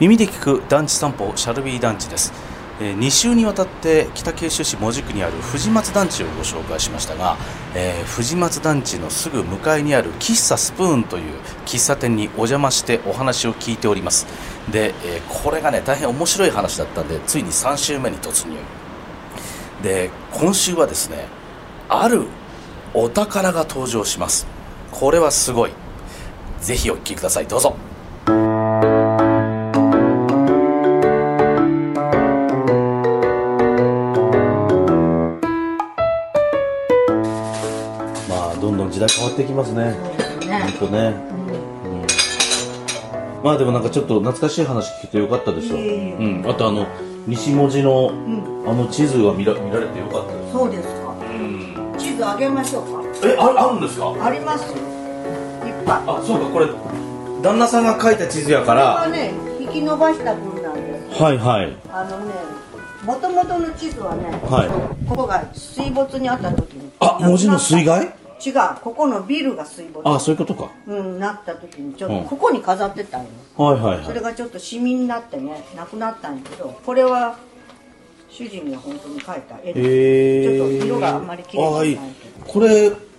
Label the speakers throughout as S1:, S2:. S1: 耳で聞く団地散歩シャルビー団地です、え2週にわたって北九州市門司区にある藤松団地をご紹介しましたが、えー藤松団地のすぐ向かいにある喫茶スプーンという喫茶店にお邪魔してお話を聞いておりますで、えーこれがね大変面白い話だったんでついに3週目に突入で今週はですねあるお宝が登場しますこれはすごいぜひお聞きくださいどうぞ
S2: まあどんどん時代変わってきますね本当ね、うんまあでもなんかちょっと懐かしい話聞けてよかったですよ、
S3: いえいえ
S2: うん、あとあの西文字の、
S3: ん
S2: あの地図が見ら見られてよかったです
S3: そうですか。地図あげましょう
S2: えああるんですか
S3: か。ありますよ。いっぱい。
S2: あそうかこれ旦那さんが書いた地図やか
S3: これは
S2: ら
S3: ね、引き伸ばした分なんです。
S2: はいはい
S3: あのね、もともとの地図はね、
S2: はい
S3: ここが水没にあった時に。
S2: あ文字の水害
S3: 違う、ここのビルが水
S2: あ
S3: 没。
S2: そういうことか
S3: うん、なった時に、ちょっ
S2: うん
S3: とここに飾ってたんよ。
S2: はいはい
S3: そ
S2: は
S3: れ
S2: い
S3: がちょっとシミになってね、なくなったんやけど、これは主人が本当に描いた絵です。
S2: え
S3: ちょっと色があんまり綺麗じゃないけど
S2: あいこ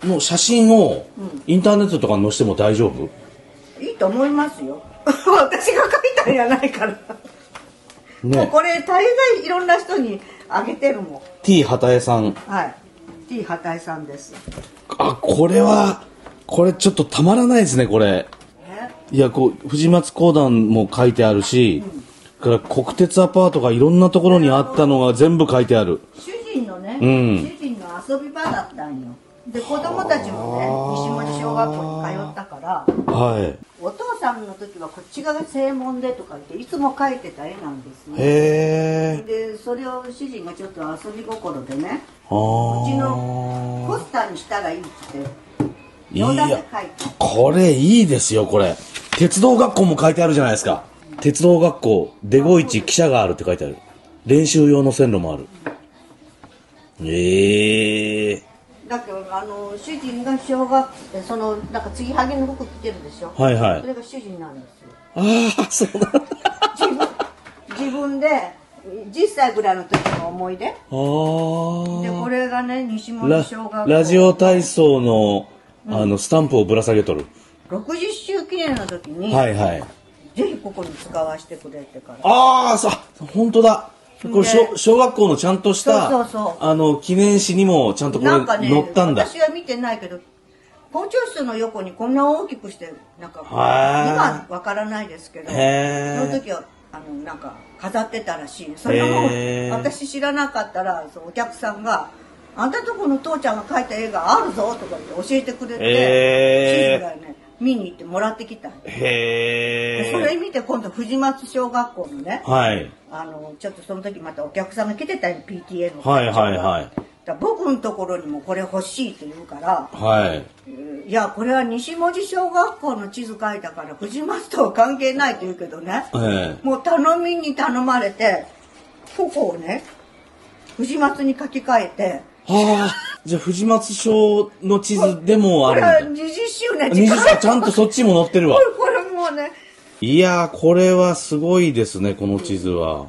S2: れの写真をインターネットとかに載せても大丈夫、
S3: いいと思いますよ 私が書いたんじゃないからもう
S2: ね
S3: これ大概いろんな人にあげてるもん
S2: T 畑江さん
S3: はい T 畑井さんです
S2: あ、これは、これちょっとたまらないですね、これ。
S3: え
S2: いや、こう、藤松講談も書いてあるし、それから国鉄アパートがいろんなところにあったのが全部書いてある。
S3: 主人のね、
S2: うん
S3: 主人の遊び場だったんよで子供たちもね西森小学校に通ったから
S2: は
S3: お父さんの時はこっち側が正門でとか言っていつも描いてた絵なんです
S2: い。
S3: ね
S2: へえ。
S3: でそれを主人がちょっと遊び心でね
S2: あー
S3: うちのポスターにしたらいいって
S2: いや
S3: 冗談で描いて
S2: これいいですよ、これ。鉄道学校も書いてあるじゃないですか。鉄道学校、デゴイチ、汽車があるって書いてある。練習用の線路もある。ええ
S3: だけどあの主人が小学えそのなんか継ぎはぎの服着てるでしょ
S2: はいはい
S3: それが主人なんですよ
S2: ああ、そうなんだ。
S3: 自分 自分で10歳ぐらいの時の思い出で
S2: ああ。
S3: これがね西森
S2: ラ
S3: 小学校
S2: ラジオ体操の,、あのスタンプをぶら下げとる、
S3: 60周記念の時に、
S2: はいはい
S3: ぜひここに使わせてくれってから
S2: ああさ本当だこれ小
S3: ね
S2: 小学校のちゃんとした
S3: そうそうそう
S2: あの記念誌にもちゃんとこれ
S3: なんかね
S2: 載ったんだ
S3: 私は見てないけど校長室の横にこんな大きくしてなんか今
S2: ー
S3: はわからないですけど
S2: へー
S3: その時はあのなんか飾ってたらしいそれも
S2: へー
S3: 私知らなかったらそのお客さんが「あんたとこの父ちゃんが描いた絵があるぞ」とか言って教えてくれて、
S2: へー
S3: 地図がね見に行ってもらってきたんで
S2: へ
S3: それ
S2: え
S3: 見て今度藤松小学校のね
S2: はい
S3: あのちょっとその時またお客さんが来てたよ PTA の
S2: はいはいはい
S3: だから僕のところにもこれ欲しいって言うから
S2: はい
S3: いやこれは西門司小学校の地図書いたから藤松とは関係ないって言うけどね
S2: え
S3: もう頼みに頼まれてここをね藤松に書き換えて
S2: えはあじゃあ藤松賞の地図でもあ
S3: こ
S2: る
S3: れ
S2: ん
S3: は
S2: だ
S3: 20周年
S2: 二十
S3: 近い
S2: あちゃんとそっちも載ってるわ
S3: これこれもうね
S2: いやー、これはすごいですね、この地図は。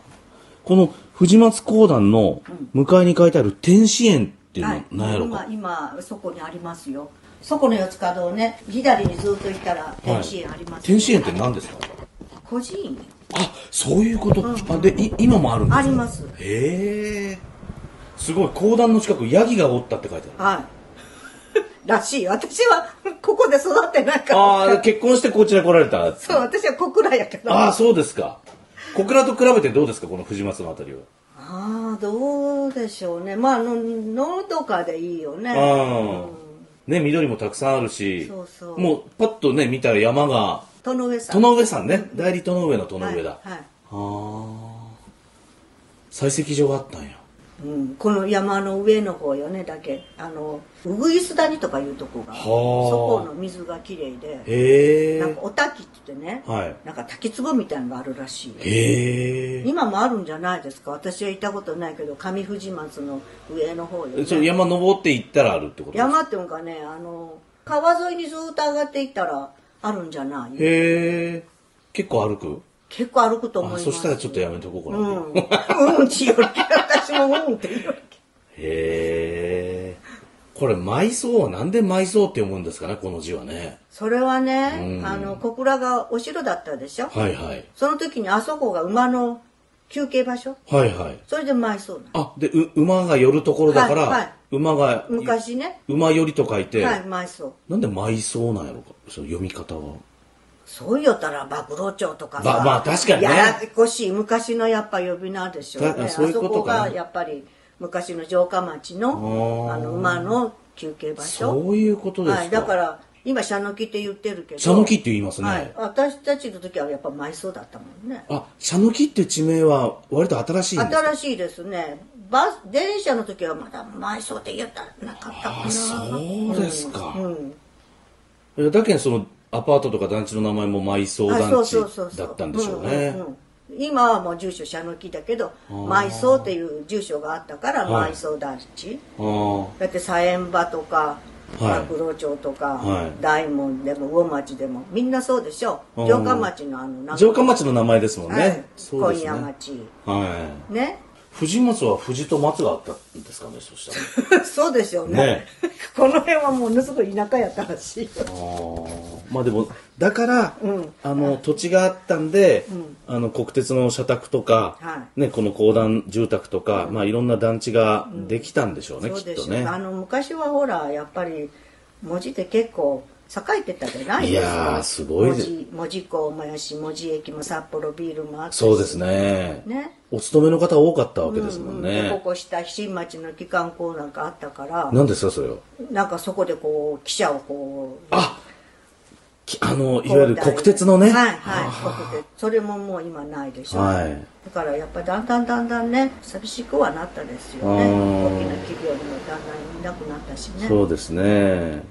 S2: この藤松公団の向かいに書いてある天使園っていう
S3: は
S2: の
S3: い、
S2: 何やろ
S3: 今
S2: か。
S3: 今そこにありますよそこの四つ角をね左にずっと行ったら天使園ありますよ、
S2: 天使園って何ですか
S3: 孤児院
S2: あ、そういうこと。あでい、今もあるんです
S3: あ
S2: か
S3: ります
S2: へえ。すごい、公団の近く、ヤギがおったって書いてある。
S3: はい。らしい。私は、ここで育ってないから。
S2: ああ、結婚してこちら来られた。
S3: そう、私は小倉やけど。
S2: ああ、
S3: あ
S2: そうですか。小倉と比べてどうですか、この藤松のあたりは。
S3: あー、どうでしょうね。まあ、の、のどかでいいよね。
S2: ああ
S3: うん。
S2: ね、緑もたくさんあるし、
S3: そうそう
S2: もうパッとね、見たら山が、
S3: 戸の上さん。
S2: 戸の上さんね代理戸の上の戸の上だ、
S3: はい。はい
S2: ああ採石場があったんや
S3: うん、この山の上の方よねだけあのうぐいす谷とかいうとこが
S2: はあ
S3: そこの水がきれいで
S2: へ
S3: なんか
S2: え
S3: お滝って言ってね、
S2: はい
S3: なんか滝壺みたいなのがあるらしい
S2: へえ
S3: 今もあるんじゃないですか私は行ったことないけど上藤松の上の方よ、ね、
S2: それ山登って行ったらあるってこと
S3: 山っていうのがねあの川沿いにずっと上がっていったらあるんじゃな
S2: へ
S3: い
S2: え結構歩く
S3: 結構歩くと思い
S2: あ
S3: ます
S2: そしたらちょっとやめとこうか
S3: う
S2: な、
S3: ん、うんって言うより私もうんって言うより
S2: へえこれ埋葬はなんで埋葬って読むんですかねこの字はね
S3: それはね、
S2: うん
S3: あの小倉がお城だったでしょ、
S2: はいはい
S3: その時にあそこが馬の休憩場所
S2: はいはい
S3: それで埋葬なの
S2: あでう馬が寄るところだから、
S3: はいはい
S2: 馬が
S3: 昔ね、
S2: 馬寄りと書いて、
S3: はい埋葬
S2: なんで埋葬なんやろかその読み方は
S3: そう言ったら暴露町とか
S2: まあまあ確かにね
S3: ややこしい昔のやっぱ呼び名でしょう
S2: だ
S3: ね
S2: あそういうことかな
S3: あそこがやっぱり昔の城下町
S2: あ
S3: の
S2: ー
S3: あの馬の休憩場所
S2: そういうことですか、
S3: はい、だから今シャノキって言ってるけど
S2: シャノキって言いますね
S3: はい、私たちの時はやっぱ埋葬だったもんね
S2: あシャノキって地名は割と新しいんですか
S3: 新しいですねバス電車の時はまだ埋葬って言ったなかったかな
S2: あそうですか
S3: うんうん
S2: えだけどそのアパートとか団地の名前も埋葬
S3: あそ
S2: 団
S3: うそうそう
S2: 地
S3: そ
S2: だったんでしょうね
S3: んんん今はもう住所社の木だけど埋葬っていう住所があったから
S2: はい
S3: 埋葬団地、
S2: あー
S3: だって左円場とか
S2: はい
S3: 白老町とか、
S2: はい
S3: 大門でも魚町でもみんなそうでしょ
S2: あー
S3: 城下町のあのなんか
S2: 城下町の名前ですもんね、
S3: はい
S2: そうですね
S3: 今夜町
S2: はい
S3: ね
S2: 藤松は藤と松があったんですかねそしたら
S3: そうでしょうね
S2: ね
S3: この辺はものすごい田舎やったらしいよ
S2: あーまあでもだから、
S3: うん
S2: あの土地があったんで、あの国鉄の社宅とか、
S3: は
S2: ね、この公団住宅とか、まあ、いろんな団地ができたんでしょうね、
S3: そう
S2: きっ
S3: で
S2: と
S3: しょう、
S2: ね
S3: あの昔はほらやっぱり文字って結構栄えてたじゃないですか
S2: いやーすごい
S3: 文
S2: で
S3: 字文字港もやし文字駅も札幌ビールもあって
S2: そうですね
S3: ね
S2: お勤めの方多かったわけですもん
S3: うんこ
S2: ね、
S3: こした新町の機関校なんかあったから
S2: なんですかそれは
S3: なんかそこでこう記者をこう
S2: あきあのいわゆる国鉄のね
S3: はいはい国鉄それももう今ないでしょ、
S2: はい
S3: だからやっぱだんだんだんだんね寂しくはなったですよ
S2: あー
S3: ね大きな企業にもだんだんいなくなったしね
S2: そうですね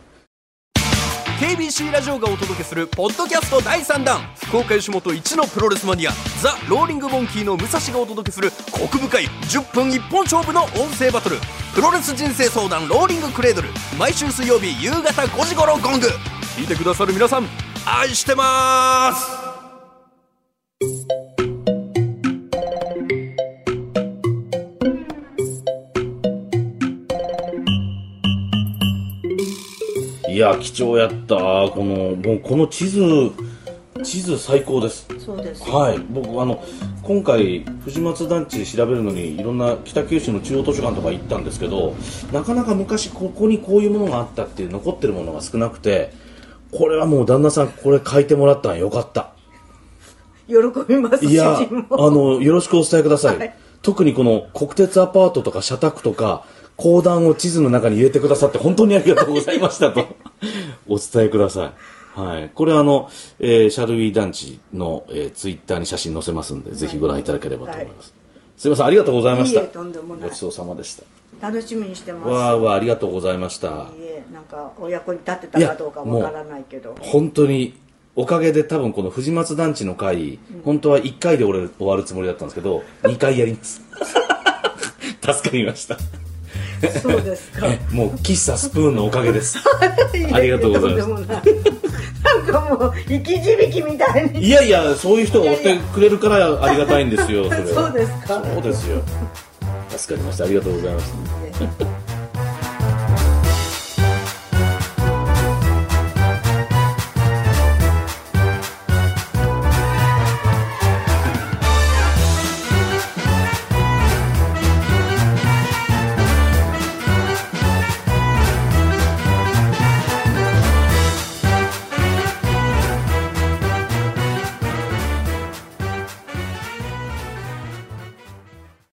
S4: KBC ラジオがお届けするポッドキャスト第3弾福岡吉本一のプロレスマニアザ・ローリング・モンキーの武蔵がお届けするコク深い10分一本勝負の音声バトルプロレス人生相談ローリングクレードル毎週水曜日夕方5時頃ゴング聞いてくださる皆さん愛してます
S2: いや貴重やったこのもうこの地図地図最高です
S3: そうですよ
S2: はい僕あの今回藤松団地調べるのにいろんな北九州の中央図書館とか行ったんですけどなかなか昔ここにこういうものがあったっていう残ってるものが少なくてこれはもう旦那さんこれ書いてもらったんよかった
S3: 喜びます
S2: いや、あ
S3: 主人も
S2: の、よろしくお伝えください。
S3: はい
S2: 特にこの国鉄アパートとか社宅とか、公団を地図の中に入れてくださって本当にありがとうございました とお伝えください。はい。これあの、えーシャルウィ団地の、えツイッター Twitter に写真載せますんで、ぜひご覧いただければと思います。すいません、ありがとうございました。
S3: いいえとんでもない
S2: ごちそうさまでした。
S3: 楽しみにしてます
S2: わーわーありがとうございました。
S3: いえなんかお役に立ってたかどうかわからないけど
S2: 本当におかげで多分この藤松団地の回、本当は1回で終わる終わるつもりだったんですけど2 回やります助かりました
S3: そうですか
S2: もう喫茶スプーンのおかげです ありがとうございます
S3: すなんかもう生き字引みたい に
S2: いやいやそういう人がおってくれるからあり がたいんですよそれは
S3: そうですか
S2: そうですよ助かりましたありがとうございました
S3: ね